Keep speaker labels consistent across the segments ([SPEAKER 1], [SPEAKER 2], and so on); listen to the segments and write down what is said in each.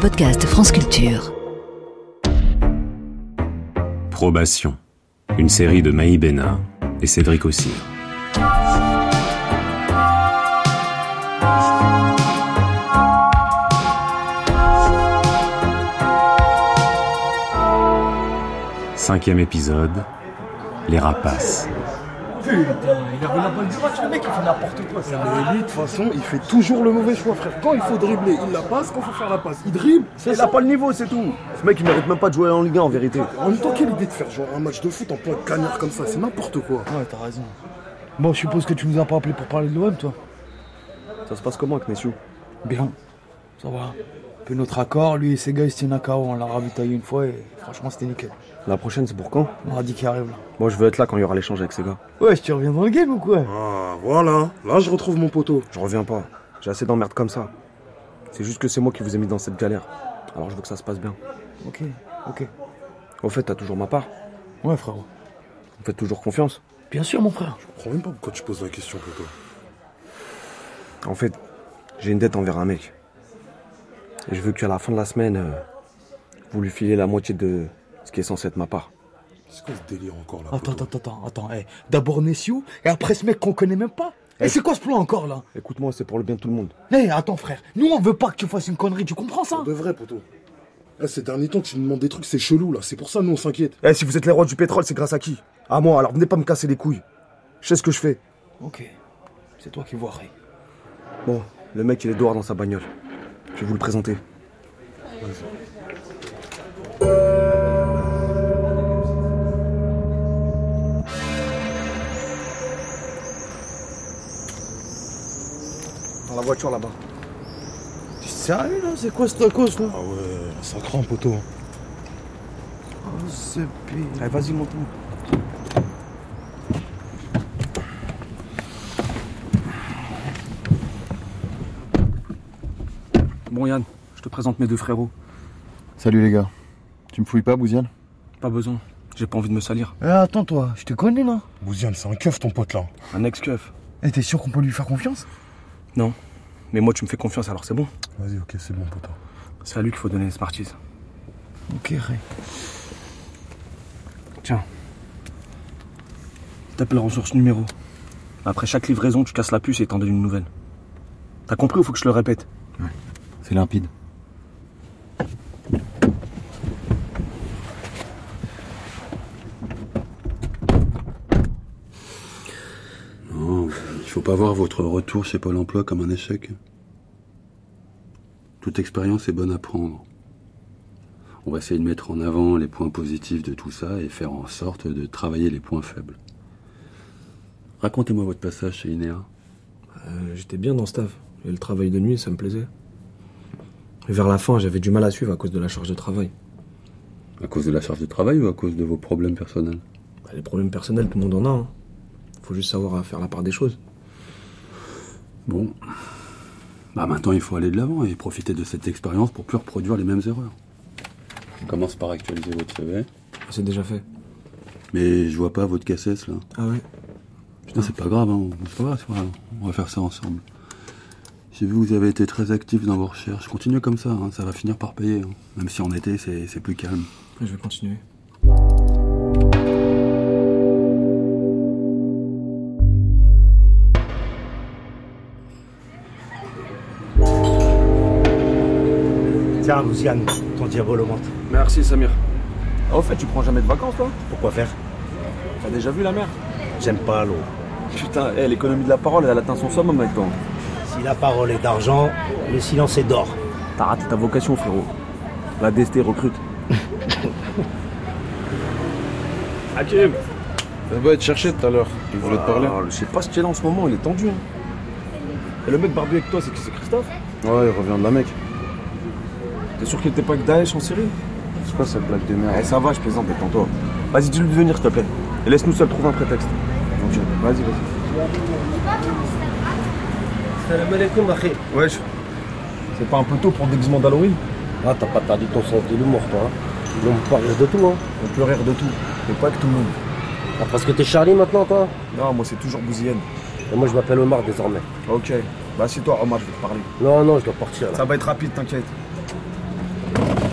[SPEAKER 1] podcast France Culture.
[SPEAKER 2] Probation. Une série de Maï Bénard et Cédric Ossir. Cinquième épisode. Les rapaces.
[SPEAKER 3] Putain, il avait la bonne droite, le mec, il fait n'importe quoi. Ça.
[SPEAKER 4] Mais lui, de toute façon, il fait toujours le mauvais choix, frère. Quand il faut dribbler, il la passe. Quand il faut faire la passe, il dribble.
[SPEAKER 5] Il a pas le niveau, c'est tout. Ce mec, il mérite même pas de jouer en Ligue 1 en vérité.
[SPEAKER 4] En même temps, quelle idée de faire genre un match de foot en plein cagnard comme ça C'est n'importe quoi.
[SPEAKER 6] Ouais, t'as raison. Bon, je suppose que tu nous as pas appelé pour parler de l'OM, toi
[SPEAKER 5] Ça se passe comment avec messieurs
[SPEAKER 6] Bien. Ça va. Un peu notre accord, lui et ses gars, ils se tiennent à KO. On l'a ravitaillé une fois et franchement, c'était nickel.
[SPEAKER 5] La prochaine, c'est pour quand
[SPEAKER 6] Mardi qui arrive là.
[SPEAKER 5] Moi, je veux être là quand il y aura l'échange avec ces gars.
[SPEAKER 6] Ouais, tu reviens dans le game ou quoi
[SPEAKER 4] Ah, voilà. Là, je retrouve mon poteau.
[SPEAKER 5] Je reviens pas. J'ai assez d'emmerdes comme ça. C'est juste que c'est moi qui vous ai mis dans cette galère. Alors, je veux que ça se passe bien.
[SPEAKER 6] Ok, ok.
[SPEAKER 5] Au fait, t'as toujours ma part.
[SPEAKER 6] Ouais, frérot.
[SPEAKER 5] Vous me faites toujours confiance.
[SPEAKER 6] Bien sûr, mon frère.
[SPEAKER 4] Je comprends même pas pourquoi tu poses la question, poteau.
[SPEAKER 5] En fait, j'ai une dette envers un mec. Et je veux qu'à la fin de la semaine, euh, vous lui filez la moitié de ce qui est censé être ma part.
[SPEAKER 4] C'est quoi ce délire encore là
[SPEAKER 6] Attends,
[SPEAKER 4] poteau
[SPEAKER 6] attends, attends, attends. eh, D'abord Nessiou et après ce mec qu'on connaît même pas.
[SPEAKER 4] Eh,
[SPEAKER 6] Et c'est quoi ce plan encore là
[SPEAKER 5] Écoute-moi, c'est pour le bien de tout le monde.
[SPEAKER 6] Eh, attends, frère. Nous, on veut pas que tu fasses une connerie, tu comprends ça
[SPEAKER 4] De vrai, poteau. Eh, ces derniers temps, tu nous demandes des trucs, c'est chelou là. C'est pour ça, nous, on s'inquiète.
[SPEAKER 5] Eh, si vous êtes les rois du pétrole, c'est grâce à qui À moi, alors venez pas me casser les couilles. Je sais ce que je fais.
[SPEAKER 6] Ok. C'est toi qui vois, Ray.
[SPEAKER 5] Bon, le mec, il est dehors dans sa bagnole. Je vais vous le présenter. Dans la voiture là-bas.
[SPEAKER 6] T'es sérieux là C'est quoi cette cause là
[SPEAKER 4] Ah ouais, ça craint, poteau.
[SPEAKER 6] Oh, c'est pire.
[SPEAKER 5] Allez, vas-y, monte
[SPEAKER 7] Bon Yann, je te présente mes deux frérots.
[SPEAKER 8] Salut les gars. Tu me fouilles pas, Bouziane
[SPEAKER 7] Pas besoin, j'ai pas envie de me salir.
[SPEAKER 6] Eh, attends, toi, je te connais là.
[SPEAKER 4] Bouziane, c'est un keuf, ton pote là.
[SPEAKER 7] Un ex-keuf.
[SPEAKER 6] Eh, t'es sûr qu'on peut lui faire confiance
[SPEAKER 7] Non. Mais moi tu me fais confiance alors c'est bon.
[SPEAKER 4] Vas-y, ok, c'est bon, poteau.
[SPEAKER 7] C'est à lui qu'il faut donner les smarties.
[SPEAKER 6] Ok, Ray.
[SPEAKER 7] Tiens. T'appelles ressource numéro. Après chaque livraison, tu casses la puce et t'en donnes une nouvelle. T'as compris ou faut que je le répète
[SPEAKER 8] C'est limpide.
[SPEAKER 9] Non, il faut pas voir votre retour chez Pôle emploi comme un échec. Toute expérience est bonne à prendre. On va essayer de mettre en avant les points positifs de tout ça et faire en sorte de travailler les points faibles. Racontez-moi votre passage chez INEA.
[SPEAKER 10] Euh, J'étais bien dans staff. Et le travail de nuit, ça me plaisait. Et vers la fin, j'avais du mal à suivre à cause de la charge de travail.
[SPEAKER 9] À cause de la charge de travail ou à cause de vos problèmes personnels
[SPEAKER 10] Bah, les problèmes personnels, tout le monde en a. hein. Faut juste savoir à faire la part des choses.
[SPEAKER 9] Bon. Bah maintenant, il faut aller de l'avant et profiter de cette expérience pour plus reproduire les mêmes erreurs. On commence par actualiser votre CV.
[SPEAKER 10] C'est déjà fait.
[SPEAKER 9] Mais je vois pas votre cassesse là.
[SPEAKER 10] Ah ouais
[SPEAKER 9] Putain, c'est pas grave, hein. c'est pas grave, c'est pas grave. On va faire ça ensemble. J'ai vu que vous avez été très actifs dans vos recherches. Continuez comme ça, hein, ça va finir par payer. hein. Même si en été, c'est c'est plus calme.
[SPEAKER 10] Je vais continuer.
[SPEAKER 11] Tiens, Luciane, ton diable augmente.
[SPEAKER 5] Merci Samir. Ah, au fait, tu prends jamais de vacances toi
[SPEAKER 11] Pourquoi faire
[SPEAKER 5] T'as déjà vu la mer
[SPEAKER 11] J'aime pas l'eau.
[SPEAKER 5] Putain, eh, l'économie de la parole, elle atteint son summum maintenant.
[SPEAKER 11] Si la parole est d'argent, le silence est d'or.
[SPEAKER 5] T'as raté ta vocation, frérot. La DST recrute.
[SPEAKER 7] Hakim
[SPEAKER 8] Ça va être cherché tout à l'heure. Il voulait te parler.
[SPEAKER 5] Ah, je sais pas ce qu'il est là en ce moment, il est tendu. hein.
[SPEAKER 7] Et le mec barbu avec toi, c'est qui c'est Christophe
[SPEAKER 8] Ouais, il revient de la mec.
[SPEAKER 7] T'es sûr qu'il était pas que Daesh en Syrie
[SPEAKER 8] C'est quoi cette blague de merde
[SPEAKER 5] Eh, ça va, je plaisante, détends-toi. Vas-y, dis-lui de venir, s'il te plaît. Et laisse-nous seul trouver un prétexte. Vas-y, vas-y. Wesh.
[SPEAKER 7] C'est pas un peu tôt pour le déguisement d'Halloween
[SPEAKER 11] Ah, t'as pas perdu ton sens de l'humour, toi. Hein. On peut rire de tout, hein.
[SPEAKER 7] On peut rire de tout, mais pas que tout le monde.
[SPEAKER 11] Ah, parce que t'es Charlie maintenant, toi
[SPEAKER 7] Non, moi c'est toujours Bouzienne.
[SPEAKER 11] Et moi, je m'appelle Omar désormais.
[SPEAKER 7] Ok. Bah assieds-toi, Omar, je vais te parler.
[SPEAKER 11] Non, non, je dois partir, là.
[SPEAKER 7] Ça va être rapide, t'inquiète.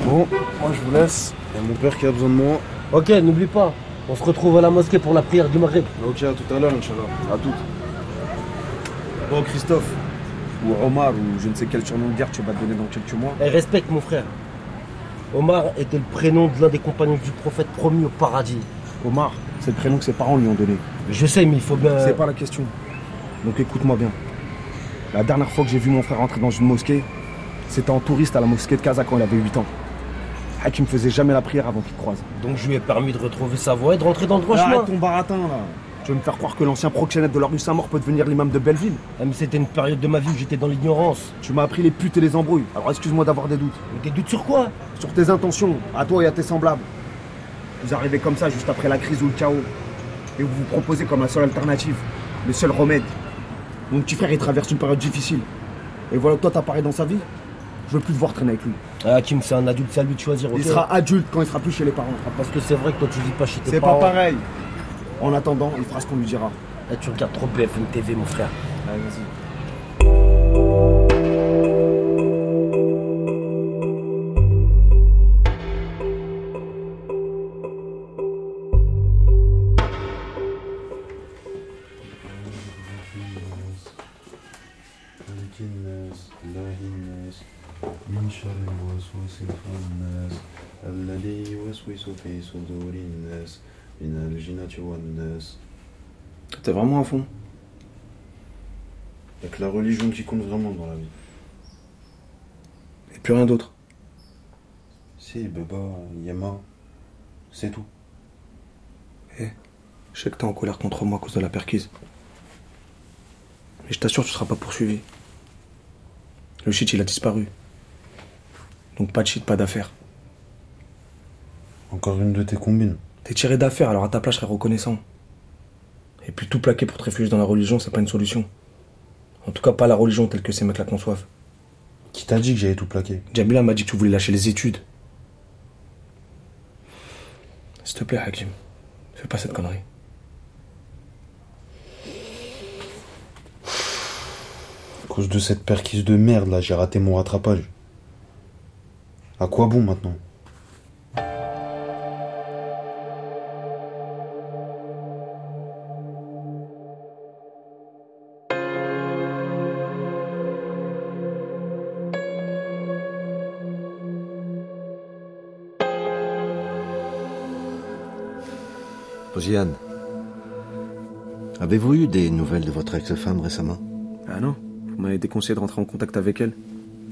[SPEAKER 8] Bon, moi je vous laisse. Il y a mon père qui a besoin de moi.
[SPEAKER 11] Ok, n'oublie pas, on se retrouve à la mosquée pour la prière du Maghreb.
[SPEAKER 8] Ok, à tout à l'heure, Inch'Allah. À toutes.
[SPEAKER 6] Bon, Christophe, ou Omar, ou je ne sais quel surnom de guerre tu vas te donner dans quelques mois.
[SPEAKER 11] Et Eh, respecte mon frère. Omar était le prénom de l'un des compagnons du prophète promis au paradis.
[SPEAKER 6] Omar, c'est le prénom que ses parents lui ont donné.
[SPEAKER 11] Je sais, mais il faut bien.
[SPEAKER 6] C'est pas la question. Donc écoute-moi bien. La dernière fois que j'ai vu mon frère entrer dans une mosquée, c'était en touriste à la mosquée de Casa quand il avait 8 ans. Hakim faisait jamais la prière avant qu'il te croise.
[SPEAKER 11] Donc je lui ai permis de retrouver sa voie et de rentrer dans le droit chemin.
[SPEAKER 6] Arrête ton baratin là Tu veux me faire croire que l'ancien proxénète de la rue Saint-Maur peut devenir l'imam de Belleville
[SPEAKER 11] Ah, mais c'était une période de ma vie où j'étais dans l'ignorance.
[SPEAKER 6] Tu m'as appris les putes et les embrouilles, alors excuse-moi d'avoir des doutes.
[SPEAKER 11] Mais Des doutes sur quoi
[SPEAKER 6] Sur tes intentions, à toi et à tes semblables. Vous arrivez comme ça juste après la crise ou le chaos. Et vous vous proposez comme la seule alternative, le seul remède. Mon petit frère, il traverse une période difficile. Et voilà que toi, t'apparais dans sa vie. Je veux plus te voir traîner avec lui.
[SPEAKER 11] Ah, Kim, c'est un adulte, c'est à lui de choisir.
[SPEAKER 6] Il
[SPEAKER 11] ok
[SPEAKER 6] sera adulte quand il sera plus chez les parents.
[SPEAKER 11] Ah, Parce que c'est vrai que toi, tu vis pas chez tes
[SPEAKER 6] C'est pas
[SPEAKER 11] parents.
[SPEAKER 6] pareil. En attendant, il fera ce qu'on lui dira.
[SPEAKER 11] Ah, tu regardes trop BFM TV, mon frère.
[SPEAKER 6] Allez, vas-y.
[SPEAKER 8] T'es vraiment à fond Y'a que la religion qui compte vraiment dans la vie.
[SPEAKER 6] Et plus rien d'autre.
[SPEAKER 8] Si, Beba, Yama, c'est tout.
[SPEAKER 6] Je sais que t'es en colère contre moi à cause de la perquise. Mais je t'assure, tu seras pas poursuivi. Le shit, il a disparu. Donc pas de shit, pas d'affaire.
[SPEAKER 8] Encore une de tes combines.
[SPEAKER 6] T'es tiré d'affaire, alors à ta place, je serais reconnaissant. Et puis tout plaquer pour te réfugier dans la religion, c'est pas une solution. En tout cas, pas la religion telle que ces mecs la conçoivent.
[SPEAKER 8] Qui t'a dit que j'allais tout plaquer
[SPEAKER 6] Jamila m'a dit que tu voulais lâcher les études. S'il te plaît, Hakim, fais pas cette connerie.
[SPEAKER 8] À cause de cette perquise de merde là, j'ai raté mon rattrapage. À quoi bon maintenant
[SPEAKER 12] Josiane, avez-vous eu des nouvelles de votre ex-femme récemment
[SPEAKER 6] Ah non, vous m'avez déconseillé de rentrer en contact avec elle.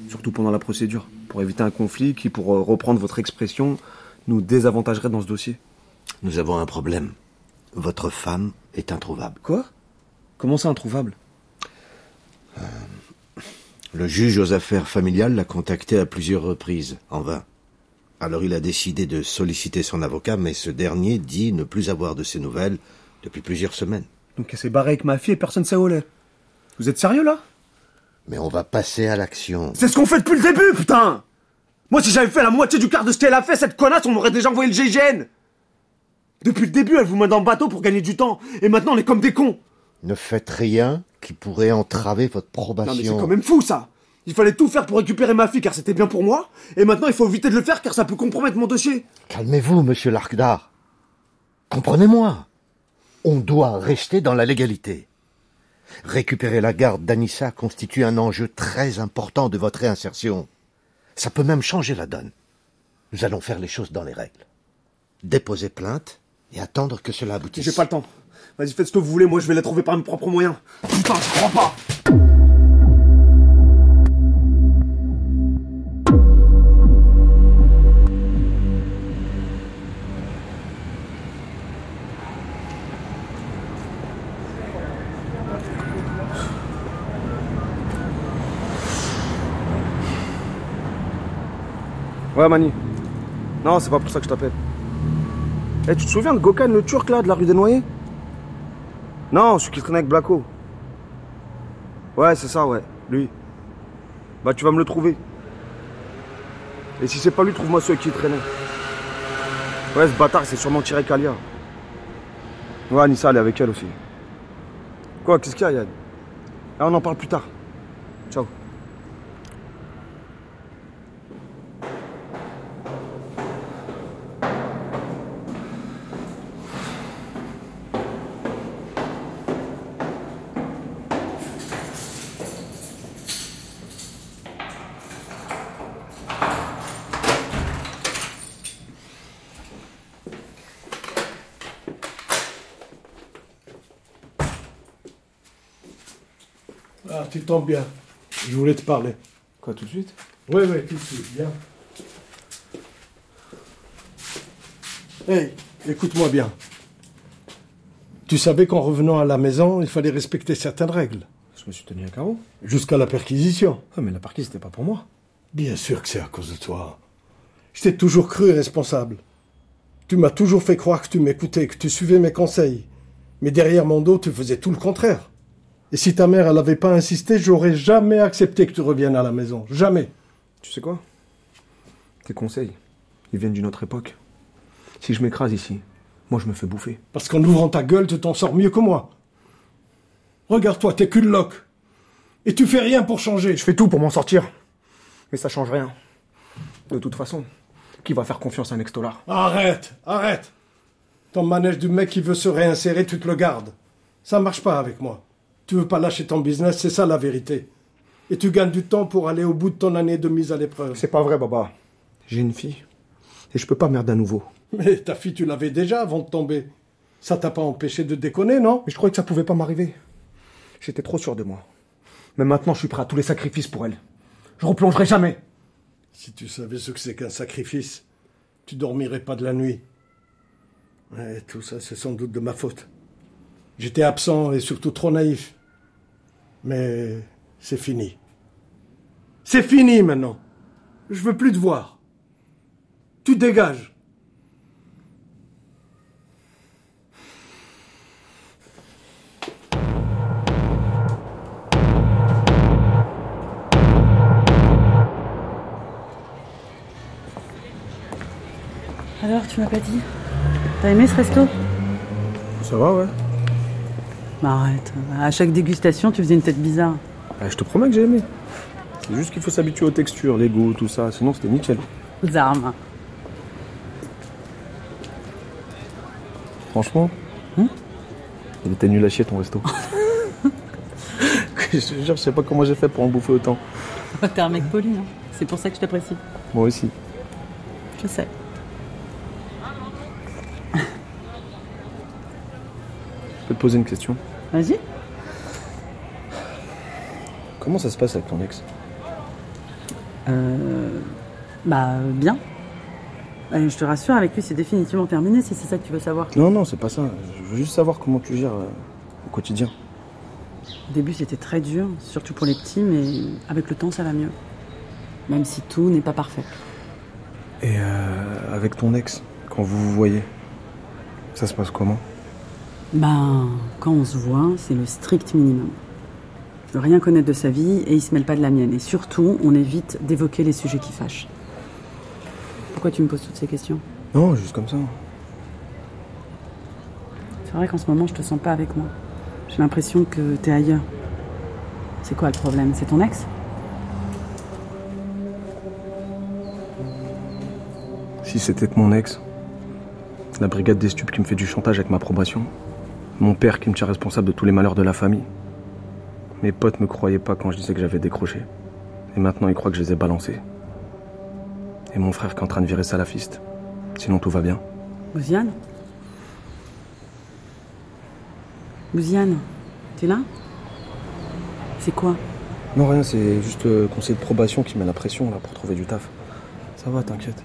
[SPEAKER 6] Surtout pendant la procédure, pour éviter un conflit qui, pour euh, reprendre votre expression, nous désavantagerait dans ce dossier.
[SPEAKER 12] Nous avons un problème. Votre femme est introuvable.
[SPEAKER 6] Quoi Comment ça introuvable
[SPEAKER 12] Le juge aux affaires familiales l'a contactée à plusieurs reprises, en vain. Alors il a décidé de solliciter son avocat, mais ce dernier dit ne plus avoir de ses nouvelles depuis plusieurs semaines.
[SPEAKER 6] Donc elle s'est barrée avec ma fille et personne sait où elle est. Vous êtes sérieux là
[SPEAKER 12] Mais on va passer à l'action.
[SPEAKER 6] C'est ce qu'on fait depuis le début, putain Moi, si j'avais fait la moitié du quart de ce qu'elle a fait, cette connasse, on m'aurait déjà envoyé le GIGN Depuis le début, elle vous met dans le bateau pour gagner du temps, et maintenant, on est comme des cons
[SPEAKER 12] Ne faites rien qui pourrait entraver votre probation.
[SPEAKER 6] Non, mais c'est quand même fou, ça Il fallait tout faire pour récupérer ma fille, car c'était bien pour moi, et maintenant, il faut éviter de le faire, car ça peut compromettre mon dossier
[SPEAKER 12] Calmez-vous, monsieur Larkdar. Comprenez-moi. On doit rester dans la légalité. Récupérer la garde d'Anissa constitue un enjeu très important de votre réinsertion. Ça peut même changer la donne. Nous allons faire les choses dans les règles. Déposer plainte et attendre que cela aboutisse.
[SPEAKER 6] J'ai pas le temps. Vas-y, faites ce que vous voulez, moi, je vais la trouver par mes propres moyens. Putain, je crois pas Ouais, Mani. Non, c'est pas pour ça que je t'appelle. Eh, tu te souviens de Gokan, le turc, là, de la rue des Noyers Non, celui qui traînait avec Blacko. Ouais, c'est ça, ouais. Lui. Bah, tu vas me le trouver. Et si c'est pas lui, trouve-moi ceux qui traînaient. Ouais, ce bâtard, c'est sûrement tiré Kalia. Ouais, Anissa, elle est avec elle aussi. Quoi, qu'est-ce qu'il y a, Yann Ah, on en parle plus tard. Ciao.
[SPEAKER 4] Ah, tu tombes bien. Je voulais te parler.
[SPEAKER 13] Quoi, tout de suite
[SPEAKER 4] Oui, oui, tout de suite, bien. Hey, écoute-moi bien. Tu savais qu'en revenant à la maison, il fallait respecter certaines règles.
[SPEAKER 5] Je me suis tenu à carreau.
[SPEAKER 4] Jusqu'à la perquisition.
[SPEAKER 5] Ah, mais la parquise, c'était pas pour moi.
[SPEAKER 4] Bien sûr que c'est à cause de toi. Je t'ai toujours cru responsable. Tu m'as toujours fait croire que tu m'écoutais, que tu suivais mes conseils. Mais derrière mon dos, tu faisais tout le contraire. Et si ta mère, elle n'avait pas insisté, j'aurais jamais accepté que tu reviennes à la maison. Jamais.
[SPEAKER 5] Tu sais quoi Tes conseils, ils viennent d'une autre époque. Si je m'écrase ici, moi je me fais bouffer.
[SPEAKER 4] Parce qu'en ouvrant ta gueule, tu t'en sors mieux que moi. Regarde-toi, t'es cul de loque. Et tu fais rien pour changer.
[SPEAKER 5] Je fais tout pour m'en sortir. Mais ça change rien. De toute façon, qui va faire confiance à un ex-dollar
[SPEAKER 4] Arrête, arrête. Ton manège du mec qui veut se réinsérer, tu te le gardes. Ça marche pas avec moi. Tu veux pas lâcher ton business, c'est ça la vérité. Et tu gagnes du temps pour aller au bout de ton année de mise à l'épreuve.
[SPEAKER 5] C'est pas vrai, Baba. J'ai une fille. Et je peux pas merder à nouveau.
[SPEAKER 4] Mais ta fille, tu l'avais déjà avant de tomber. Ça t'a pas empêché de déconner, non
[SPEAKER 5] Mais je croyais que ça pouvait pas m'arriver. J'étais trop sûr de moi. Mais maintenant, je suis prêt à tous les sacrifices pour elle. Je replongerai jamais.
[SPEAKER 4] Si tu savais ce que c'est qu'un sacrifice, tu dormirais pas de la nuit. Ouais, tout ça, c'est sans doute de ma faute. J'étais absent et surtout trop naïf. Mais c'est fini. C'est fini maintenant. Je veux plus te voir. Tu dégages.
[SPEAKER 14] Alors, tu m'as pas dit T'as aimé ce resto
[SPEAKER 5] Ça va, ouais.
[SPEAKER 14] Bah arrête, à chaque dégustation, tu faisais une tête bizarre.
[SPEAKER 5] Bah, je te promets que j'ai aimé. C'est juste qu'il faut s'habituer aux textures, les goûts, tout ça. Sinon, c'était nickel.
[SPEAKER 14] Zarma.
[SPEAKER 5] Franchement,
[SPEAKER 14] Hmm
[SPEAKER 5] il était nul à chier ton resto. je te jure, je sais pas comment j'ai fait pour en bouffer autant.
[SPEAKER 14] T'es un mec poli, hein. c'est pour ça que je t'apprécie.
[SPEAKER 5] Moi aussi.
[SPEAKER 14] Je sais.
[SPEAKER 5] Je peux te poser une question.
[SPEAKER 14] Vas-y.
[SPEAKER 5] Comment ça se passe avec ton ex
[SPEAKER 14] Euh, bah euh, bien. Euh, je te rassure, avec lui, c'est définitivement terminé si c'est ça que tu veux savoir.
[SPEAKER 5] Non, non, c'est pas ça. Je veux juste savoir comment tu gères euh, au quotidien.
[SPEAKER 14] Au début, c'était très dur, surtout pour les petits, mais avec le temps, ça va mieux. Même si tout n'est pas parfait.
[SPEAKER 5] Et euh, avec ton ex, quand vous vous voyez, ça se passe comment
[SPEAKER 14] Ben, quand on se voit, c'est le strict minimum. Je veux rien connaître de sa vie et il se mêle pas de la mienne. Et surtout, on évite d'évoquer les sujets qui fâchent. Pourquoi tu me poses toutes ces questions
[SPEAKER 5] Non, juste comme ça.
[SPEAKER 14] C'est vrai qu'en ce moment, je te sens pas avec moi. J'ai l'impression que t'es ailleurs. C'est quoi le problème C'est ton ex
[SPEAKER 5] Si c'était que mon ex, la brigade des stupes qui me fait du chantage avec ma probation, mon père qui me tient responsable de tous les malheurs de la famille, mes potes me croyaient pas quand je disais que j'avais décroché. Et maintenant, ils croient que je les ai balancés. Et mon frère qui est en train de virer salafiste. Sinon, tout va bien.
[SPEAKER 14] Bouziane Bouziane, t'es là C'est quoi
[SPEAKER 5] Non, rien, c'est juste euh, le conseil de probation qui met la pression là pour trouver du taf. Ça va, t'inquiète.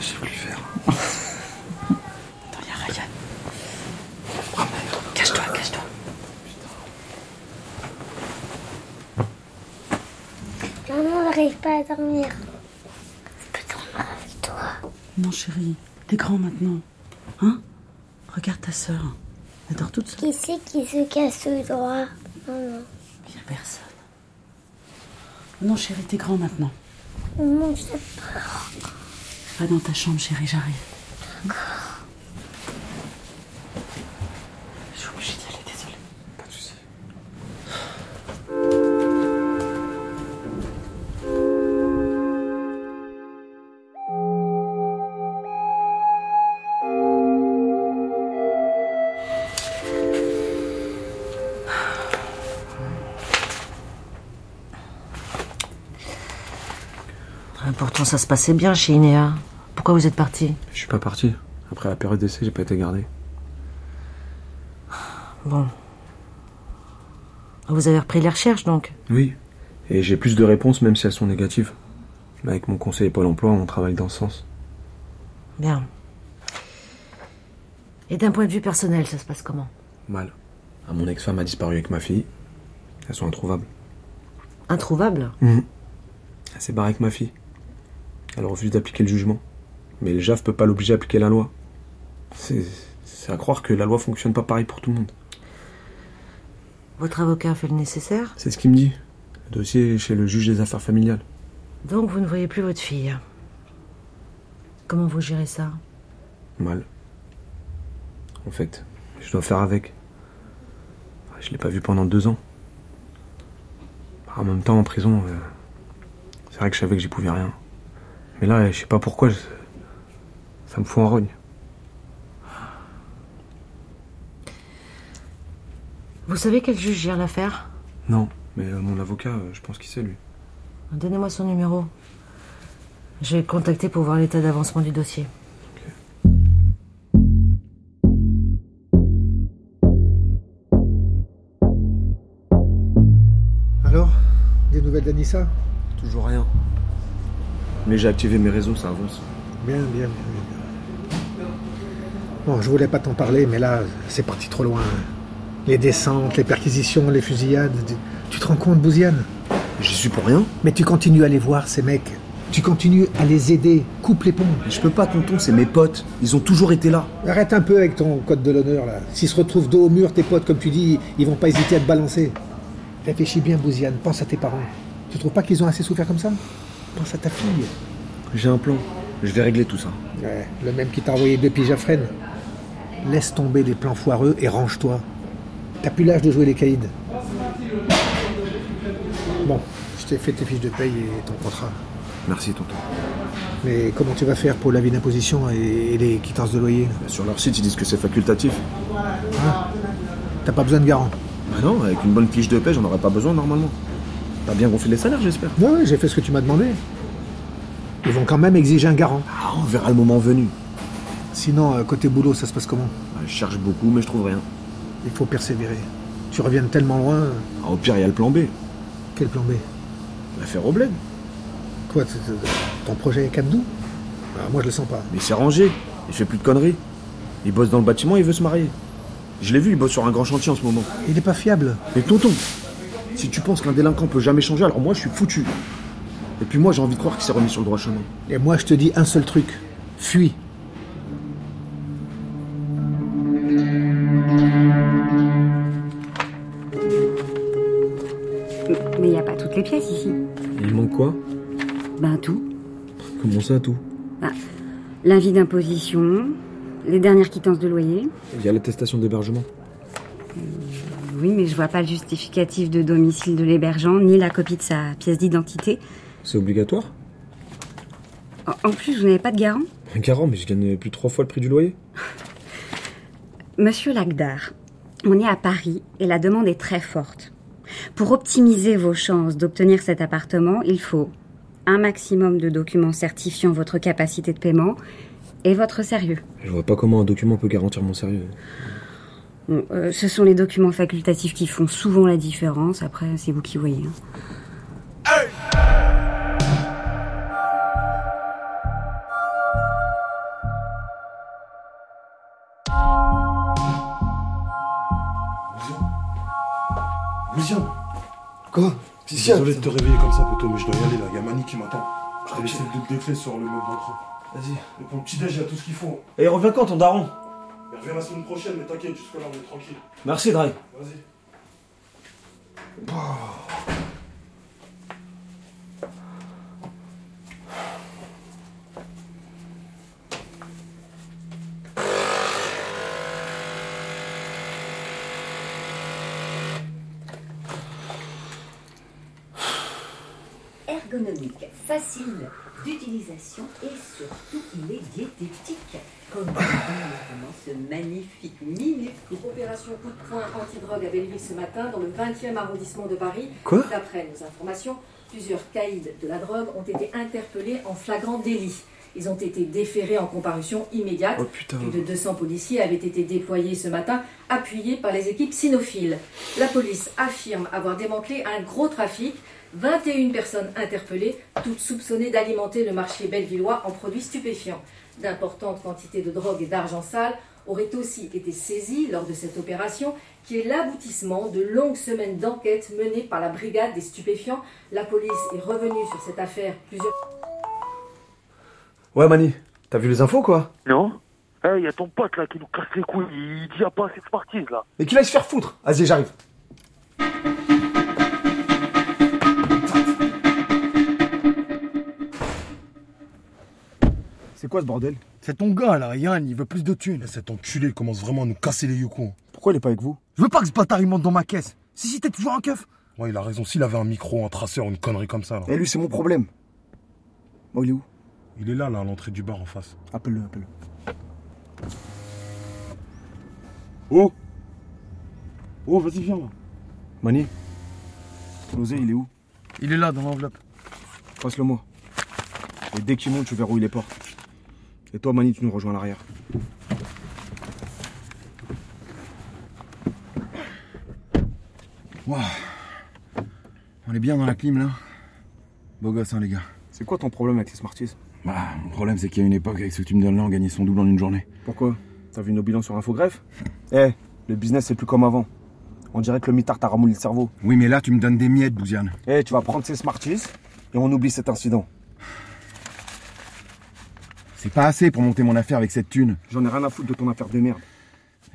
[SPEAKER 9] Je sais plus faire.
[SPEAKER 14] Attends, y'a Ryan. Cache-toi, cache-toi.
[SPEAKER 15] Maman n'arrive pas à dormir. Je peux dormir avec toi.
[SPEAKER 14] Non, chérie, t'es grand maintenant. Hein Regarde ta sœur. Elle dort toute seule.
[SPEAKER 15] Qui c'est qui se casse le doigt Maman.
[SPEAKER 14] Il a personne. Non, chérie, t'es grand maintenant.
[SPEAKER 15] Maman, je sais pas.
[SPEAKER 14] Va dans ta chambre, chérie, j'arrive. Je suis obligée d'y aller, désolée.
[SPEAKER 5] Pas de soucis.
[SPEAKER 1] Pourtant, ça se passait bien chez Inéa. Pourquoi vous êtes parti
[SPEAKER 5] Je suis pas parti. Après la période d'essai, j'ai pas été gardé.
[SPEAKER 1] Bon. Vous avez repris les recherches donc
[SPEAKER 5] Oui. Et j'ai plus de réponses, même si elles sont négatives. Mais avec mon conseiller Pôle emploi, on travaille dans ce sens.
[SPEAKER 1] Bien. Et d'un point de vue personnel, ça se passe comment
[SPEAKER 5] Mal. Ah, mon ex-femme a disparu avec ma fille. Elles sont introuvables.
[SPEAKER 1] Introuvable
[SPEAKER 5] Elle s'est barrée avec ma fille. Elle refuse d'appliquer le jugement. Mais le JAF peut pas l'obliger à appliquer la loi. C'est c'est à croire que la loi fonctionne pas pareil pour tout le monde.
[SPEAKER 1] Votre avocat a fait le nécessaire
[SPEAKER 5] C'est ce qu'il me dit. Le dossier est chez le juge des affaires familiales.
[SPEAKER 1] Donc vous ne voyez plus votre fille. Comment vous gérez ça
[SPEAKER 5] Mal. En fait, je dois faire avec. Ah, Je l'ai pas vue pendant deux ans. Ah, En même temps, en prison, euh, c'est vrai que je savais que j'y pouvais rien. Mais là, je sais pas pourquoi, je- ça me fout en rogne.
[SPEAKER 1] Vous savez quel juge gère l'affaire
[SPEAKER 5] Non, mais euh, mon avocat, euh, je pense qu'il sait, lui.
[SPEAKER 1] Donnez-moi son numéro. Je vais le contacter pour voir l'état d'avancement du dossier.
[SPEAKER 16] Alors Des nouvelles d'Anissa
[SPEAKER 5] Toujours rien. Mais j'ai activé mes réseaux, ça avance.
[SPEAKER 16] Bien, bien, bien, bien. Bon, je voulais pas t'en parler, mais là, c'est parti trop loin. Les descentes, les perquisitions, les fusillades. Tu, tu te rends compte, Bouziane
[SPEAKER 5] J'y suis pour rien.
[SPEAKER 16] Mais tu continues à les voir, ces mecs. Tu continues à les aider. Coupe les ponts.
[SPEAKER 5] Je peux pas, tonton, c'est mes potes. Ils ont toujours été là.
[SPEAKER 16] Arrête un peu avec ton code de l'honneur, là. S'ils se retrouvent dos au mur, tes potes, comme tu dis, ils vont pas hésiter à te balancer. Réfléchis bien, Bouziane. Pense à tes parents. Tu trouves pas qu'ils ont assez souffert comme ça Pense à ta fille.
[SPEAKER 5] J'ai un plan. Je vais régler tout ça.
[SPEAKER 16] Ouais, le même qui t'a envoyé deux piges à Fresnes. Laisse tomber les plans foireux et range-toi. T'as plus l'âge de jouer les caïds. Bon, je t'ai fait tes fiches de paye et ton contrat.
[SPEAKER 5] Merci, tonton.
[SPEAKER 16] Mais comment tu vas faire pour l'avis d'imposition et et les quittances de loyer là
[SPEAKER 5] Sur leur site, ils disent que c'est facultatif.
[SPEAKER 16] Hein T'as pas besoin de garant
[SPEAKER 5] Bah non, avec une bonne fiche de paie, j'en aurais pas besoin normalement. T'as bien gonflé les salaires, j'espère.
[SPEAKER 16] Ouais, ouais, j'ai fait ce que tu m'as demandé. Ils vont quand même exiger un garant.
[SPEAKER 5] Ah, on verra le moment venu.
[SPEAKER 16] Sinon, euh, côté boulot, ça se passe comment
[SPEAKER 5] Bah, Je cherche beaucoup, mais je trouve rien.
[SPEAKER 16] Il faut persévérer. Tu reviens de tellement loin. euh.
[SPEAKER 5] Ah, au pire, il y a le plan B.
[SPEAKER 16] Quel plan B
[SPEAKER 5] L'affaire au bled.
[SPEAKER 16] Quoi, t- t- ton projet est Cabdou Ah, Moi, je le sens pas.
[SPEAKER 5] Mais c'est rangé. Il fait plus de conneries. Il bosse dans le bâtiment, il veut se marier. Je l'ai vu, il bosse sur un grand chantier en ce moment.
[SPEAKER 16] Il est pas fiable.
[SPEAKER 5] Mais tonton, si tu penses qu'un délinquant peut jamais changer, alors moi je suis foutu. Et puis moi j'ai envie de croire qu'il s'est remis sur le droit chemin.
[SPEAKER 16] Et moi, je te dis un seul truc. Fuis.
[SPEAKER 17] Mais il n'y a pas toutes les pièces ici.
[SPEAKER 5] Il manque quoi
[SPEAKER 17] Ben tout.
[SPEAKER 5] Comment ça tout
[SPEAKER 17] Ah, L'avis d'imposition, les dernières quittances de loyer.
[SPEAKER 5] Il y a l'attestation d'hébergement.
[SPEAKER 17] Oui, mais je vois pas le justificatif de domicile de l'hébergeant, ni la copie de sa pièce d'identité.
[SPEAKER 5] C'est obligatoire
[SPEAKER 17] En, en plus, vous n'avez pas de garant
[SPEAKER 5] Garant, mais je gagne plus de trois fois le prix du loyer.
[SPEAKER 17] Monsieur Lagdar, on est à Paris et la demande est très forte. Pour optimiser vos chances d'obtenir cet appartement, il faut un maximum de documents certifiant votre capacité de paiement et votre sérieux.
[SPEAKER 5] Je vois pas comment un document peut garantir mon sérieux.
[SPEAKER 17] Bon, euh, ce sont les documents facultatifs qui font souvent la différence. Après, c'est vous qui voyez. hein.
[SPEAKER 4] Lucien
[SPEAKER 16] Quoi
[SPEAKER 4] Lucien Désolé de te réveiller comme ça, poteau, mais je dois y aller là. Il y a Mani qui m'attend. Je t'ai laissé le double des clés sur le meuble d'entrée. Vas-y. Et pour le petit déj, il y a tout ce qu'il faut.
[SPEAKER 18] Et reviens quand ton daron
[SPEAKER 4] Il revient la semaine prochaine, mais t'inquiète, jusque-là, on est tranquille.
[SPEAKER 18] Merci, Dry.
[SPEAKER 4] Vas-y.
[SPEAKER 19] Ergonomique, facile d'utilisation et surtout il est diététique. Comme vraiment ce magnifique minuscule.
[SPEAKER 20] Opération coup de poing antidrogue à Belleville ce matin dans le 20e arrondissement de Paris.
[SPEAKER 19] Quoi
[SPEAKER 20] D'après nos informations,
[SPEAKER 19] Plusieurs caïds de la drogue ont été interpellés en flagrant délit. Ils ont été déférés en comparution immédiate.
[SPEAKER 5] Oh, putain.
[SPEAKER 19] Plus de 200 policiers avaient été déployés ce matin, appuyés par les équipes cynophiles. La police affirme avoir démantelé un gros trafic. 21 personnes interpellées, toutes soupçonnées d'alimenter le marché belvillois en produits stupéfiants. D'importantes quantités de drogue et d'argent sale auraient aussi été saisies lors de cette opération, qui est l'aboutissement de longues semaines d'enquête menées par la brigade des stupéfiants. La police est revenue sur cette affaire plusieurs...
[SPEAKER 21] Ouais, Mani, t'as vu les infos, quoi
[SPEAKER 22] Non Eh, y a ton pote là qui nous casse les couilles, il dit y a pas assez de parties là.
[SPEAKER 21] Mais qu'il aille se faire foutre Vas-y, j'arrive.
[SPEAKER 4] C'est quoi ce bordel
[SPEAKER 6] C'est ton gars là, Yann, il veut plus de thunes.
[SPEAKER 4] Eh, Cet enculé, il commence vraiment à nous casser les yukons.
[SPEAKER 6] Pourquoi il est pas avec vous Je veux pas que ce bâtard il monte dans ma caisse. Si, si, t'es toujours en keuf.
[SPEAKER 4] Ouais, il a raison. S'il avait un micro, un traceur, une connerie comme ça. Là.
[SPEAKER 6] Eh, lui, c'est mon problème. Bon, il est où
[SPEAKER 4] Il est là, là, à l'entrée du bar en face.
[SPEAKER 6] Appelle-le, appelle-le.
[SPEAKER 4] Oh Oh, vas-y, viens là.
[SPEAKER 5] Mani, l'oseille, il est où
[SPEAKER 6] Il est là, dans l'enveloppe.
[SPEAKER 5] Passe-le moi. Et dès qu'il monte, tu verrouilles les portes. Et toi, Mani, tu nous rejoins à l'arrière.
[SPEAKER 23] Waouh On est bien dans la clim là. Beau gosse, hein, les gars.
[SPEAKER 5] C'est quoi ton problème avec les Smarties
[SPEAKER 23] Bah, le problème, c'est qu'il y a une époque, avec ce que tu me donnes là, on gagnait son double en une journée.
[SPEAKER 5] Pourquoi T'as vu nos bilans sur Infogreffe Eh, le business, c'est plus comme avant. On dirait que le mitard t'a ramouli le cerveau.
[SPEAKER 23] Oui, mais là, tu me donnes des miettes, Bouziane.
[SPEAKER 5] Eh, tu vas prendre ces Smarties et on oublie cet incident.
[SPEAKER 23] C'est pas assez pour monter mon affaire avec cette thune.
[SPEAKER 5] J'en ai rien à foutre de ton affaire de merde.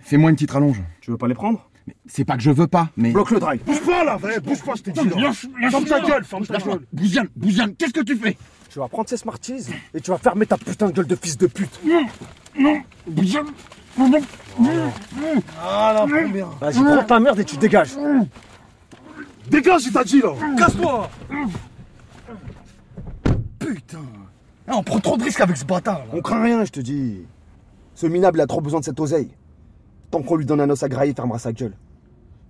[SPEAKER 23] Fais-moi une petite rallonge.
[SPEAKER 5] Tu veux pas les prendre
[SPEAKER 23] C'est pas que je veux pas, mais.
[SPEAKER 5] Bloque le drive.
[SPEAKER 24] Bouge pas là, ouais, bouge pas, je t'ai dit.
[SPEAKER 23] Putain,
[SPEAKER 24] là.
[SPEAKER 23] lâche- lâche-
[SPEAKER 24] ferme ta
[SPEAKER 23] lâche-
[SPEAKER 24] gueule, ferme ta
[SPEAKER 23] lâche-
[SPEAKER 24] gueule.
[SPEAKER 23] Bouziane, Bouziane, qu'est-ce que tu fais
[SPEAKER 5] Tu vas prendre ces Smarties et tu vas fermer ta putain de gueule de fils de pute. Oh,
[SPEAKER 23] Non, Bouziane, non, non.
[SPEAKER 24] Ah la première.
[SPEAKER 5] Vas-y, prends ta merde et tu dégages.
[SPEAKER 24] Dégage, il t'a dit là.
[SPEAKER 6] Casse-toi Putain Eh, On prend trop de risques avec ce bâtard là.
[SPEAKER 5] On craint rien, je te dis. Ce minable, il a trop besoin de cette oseille. Tant qu'on lui donne un os à grailler, il fermera sa gueule.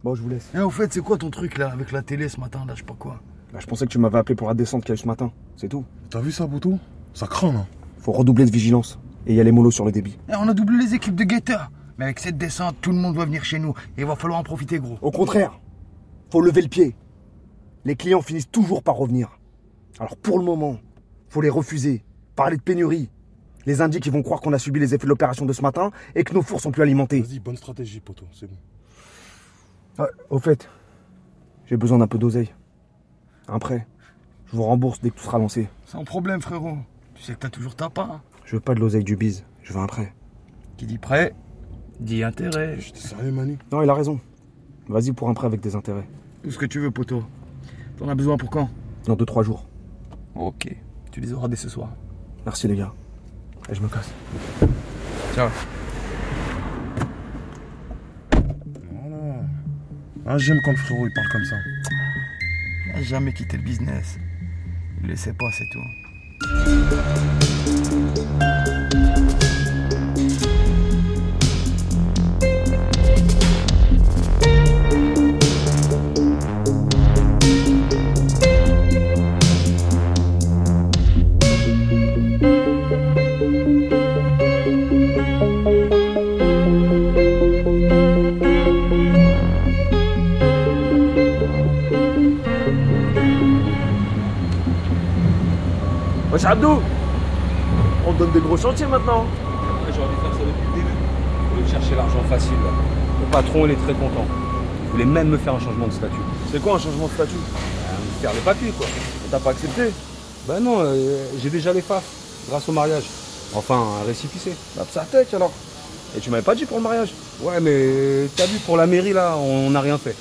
[SPEAKER 5] Bon, je vous laisse.
[SPEAKER 6] Eh, au fait, c'est quoi ton truc là avec la télé ce matin là, je sais pas quoi
[SPEAKER 5] Bah, je pensais que tu m'avais appelé pour la descente qu'il y a eu ce matin. C'est tout.
[SPEAKER 4] T'as vu ça, Boutou Ça hein. craint là.
[SPEAKER 5] Faut redoubler de vigilance. Et il y a les mollos sur le débit.
[SPEAKER 6] Eh, On a doublé les équipes de guetteurs. Mais avec cette descente, tout le monde doit venir chez nous. Et il va falloir en profiter, gros.
[SPEAKER 5] Au contraire, faut lever le pied. Les clients finissent toujours par revenir. Alors pour le moment, faut les refuser. Parler de pénurie. Les indiques qui vont croire qu'on a subi les effets de l'opération de ce matin et que nos fours sont plus alimentés.
[SPEAKER 4] Vas-y, bonne stratégie, poteau, c'est bon.
[SPEAKER 5] Ah, au fait, j'ai besoin d'un peu d'oseille. Un prêt. Je vous rembourse dès que tout sera lancé.
[SPEAKER 6] Sans problème, frérot. Tu sais que t'as toujours ta part. hein.
[SPEAKER 5] Je veux pas de l'oseille du bise, je veux un prêt.
[SPEAKER 6] Qui dit prêt, dit intérêt.
[SPEAKER 4] T'es sérieux, Manu
[SPEAKER 5] Non, il a raison. Vas-y pour un prêt avec des intérêts.
[SPEAKER 6] Tout ce que tu veux, poteau. T'en as besoin pour quand
[SPEAKER 5] Dans 2-3 jours.
[SPEAKER 6] Ok. Tu les auras dès ce soir.
[SPEAKER 5] Merci les gars. Et je me casse.
[SPEAKER 6] Ciao.
[SPEAKER 4] Voilà. Ah, j'aime quand le frérot il parle comme ça.
[SPEAKER 6] Il a jamais quitté le business. Il le sait pas, c'est tout.
[SPEAKER 18] Wesh Oh, Abdou On donne des gros chantiers maintenant
[SPEAKER 2] J'aurais dû faire ça depuis le début. Au lieu de chercher l'argent facile, là. le patron il est très content. Il voulait même me faire un changement de statut. Euh,
[SPEAKER 5] C'est quoi un changement de statut
[SPEAKER 2] Me Faire les papiers quoi. Et T'as pas accepté Bah non, euh, j'ai déjà les FAF grâce au mariage. Enfin, un récipicé. Bah ça tête alors. Et tu m'avais pas dit pour le mariage Ouais mais t'as vu pour la mairie là, on n'a rien fait.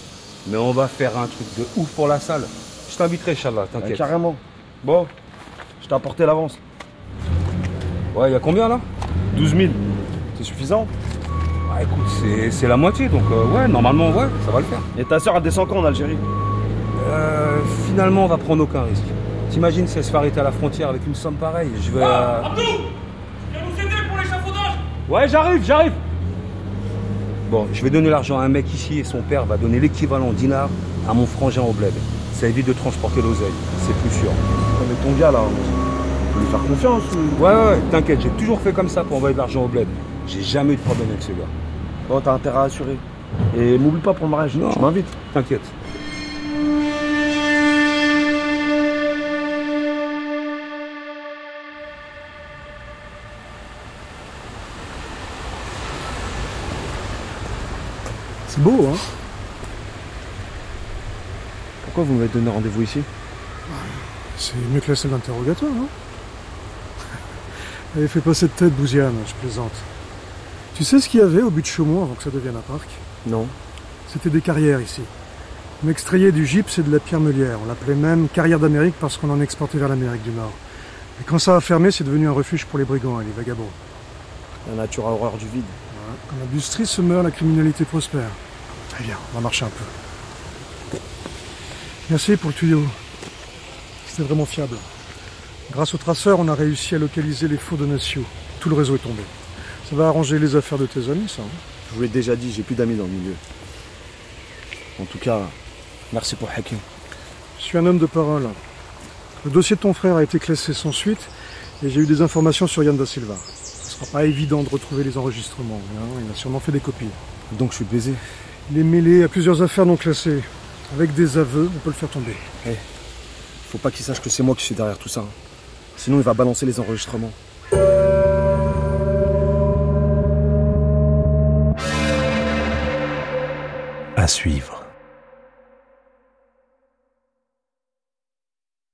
[SPEAKER 2] Mais on va faire un truc de ouf pour la salle. Je t'inviterai Charles, t'inquiète.
[SPEAKER 5] Ouais, Eh, carrément.
[SPEAKER 2] Bon, je t'ai apporté l'avance. Ouais, y a combien là 12 000. C'est suffisant Bah écoute, c'est- c'est la moitié, donc euh, ouais, normalement, ouais, ça va le faire. Et ta soeur, elle descend quand en Algérie euh, Finalement, on va prendre aucun risque. T'imagines si elle se fait arrêter à la frontière avec une somme pareille Je vais. euh, Ouais, j'arrive, j'arrive Bon, je vais donner l'argent à un mec ici et son père va donner l'équivalent en dinars à mon frangin au bled. C'est ça évite de transporter l'oseille. C'est plus sûr.
[SPEAKER 6] mais ton gars là, on peut lui faire confiance
[SPEAKER 2] Ouais, ouais, t'inquiète, j'ai toujours fait comme ça pour envoyer de l'argent au bled. J'ai jamais eu de problème avec ce gars.
[SPEAKER 6] Bon, Oh, t'as intérêt à assurer. Et m'oublie pas pour le mariage,
[SPEAKER 2] Non.
[SPEAKER 6] tu m'invites.
[SPEAKER 2] T'inquiète.
[SPEAKER 6] C'est beau, hein Pourquoi vous m'avez donné rendez-vous ici
[SPEAKER 25] C'est mieux que la salle d'interrogatoire, non Allez, fais pas cette tête, Bouziane, je plaisante. Tu sais ce qu'il y avait au but de Chaumont avant que ça devienne un parc
[SPEAKER 6] Non.
[SPEAKER 25] C'était des carrières ici. On extrayait du gypse et de la pierre meulière. On l'appelait même carrière d'Amérique parce qu'on en exportait vers l'Amérique du Nord. Et quand ça a fermé, c'est devenu un refuge pour les brigands et les vagabonds.
[SPEAKER 6] La nature a horreur du vide.
[SPEAKER 25] Quand l'industrie se meurt, la criminalité prospère. Allez, viens, on va marcher un peu. Merci pour le tuyau. C'était vraiment fiable. Grâce au traceur, on a réussi à localiser les faux de Nassio. Tout le réseau est tombé. Ça va arranger les affaires de tes amis, ça. hein
[SPEAKER 6] Je vous l'ai déjà dit, j'ai plus d'amis dans le milieu. En tout cas, merci pour Hakim.
[SPEAKER 25] Je suis un homme de parole. Le dossier de ton frère a été classé sans suite et j'ai eu des informations sur Yann da Silva. Ce sera pas évident de retrouver les enregistrements. hein, Il a sûrement fait des copies.
[SPEAKER 6] Donc je suis baisé.
[SPEAKER 25] Il est mêlé à plusieurs affaires non classées. Avec des aveux, on peut le faire tomber.
[SPEAKER 6] Eh, faut pas qu'il sache que c'est moi qui suis derrière tout ça. hein. Sinon, il va balancer les enregistrements.
[SPEAKER 26] À suivre.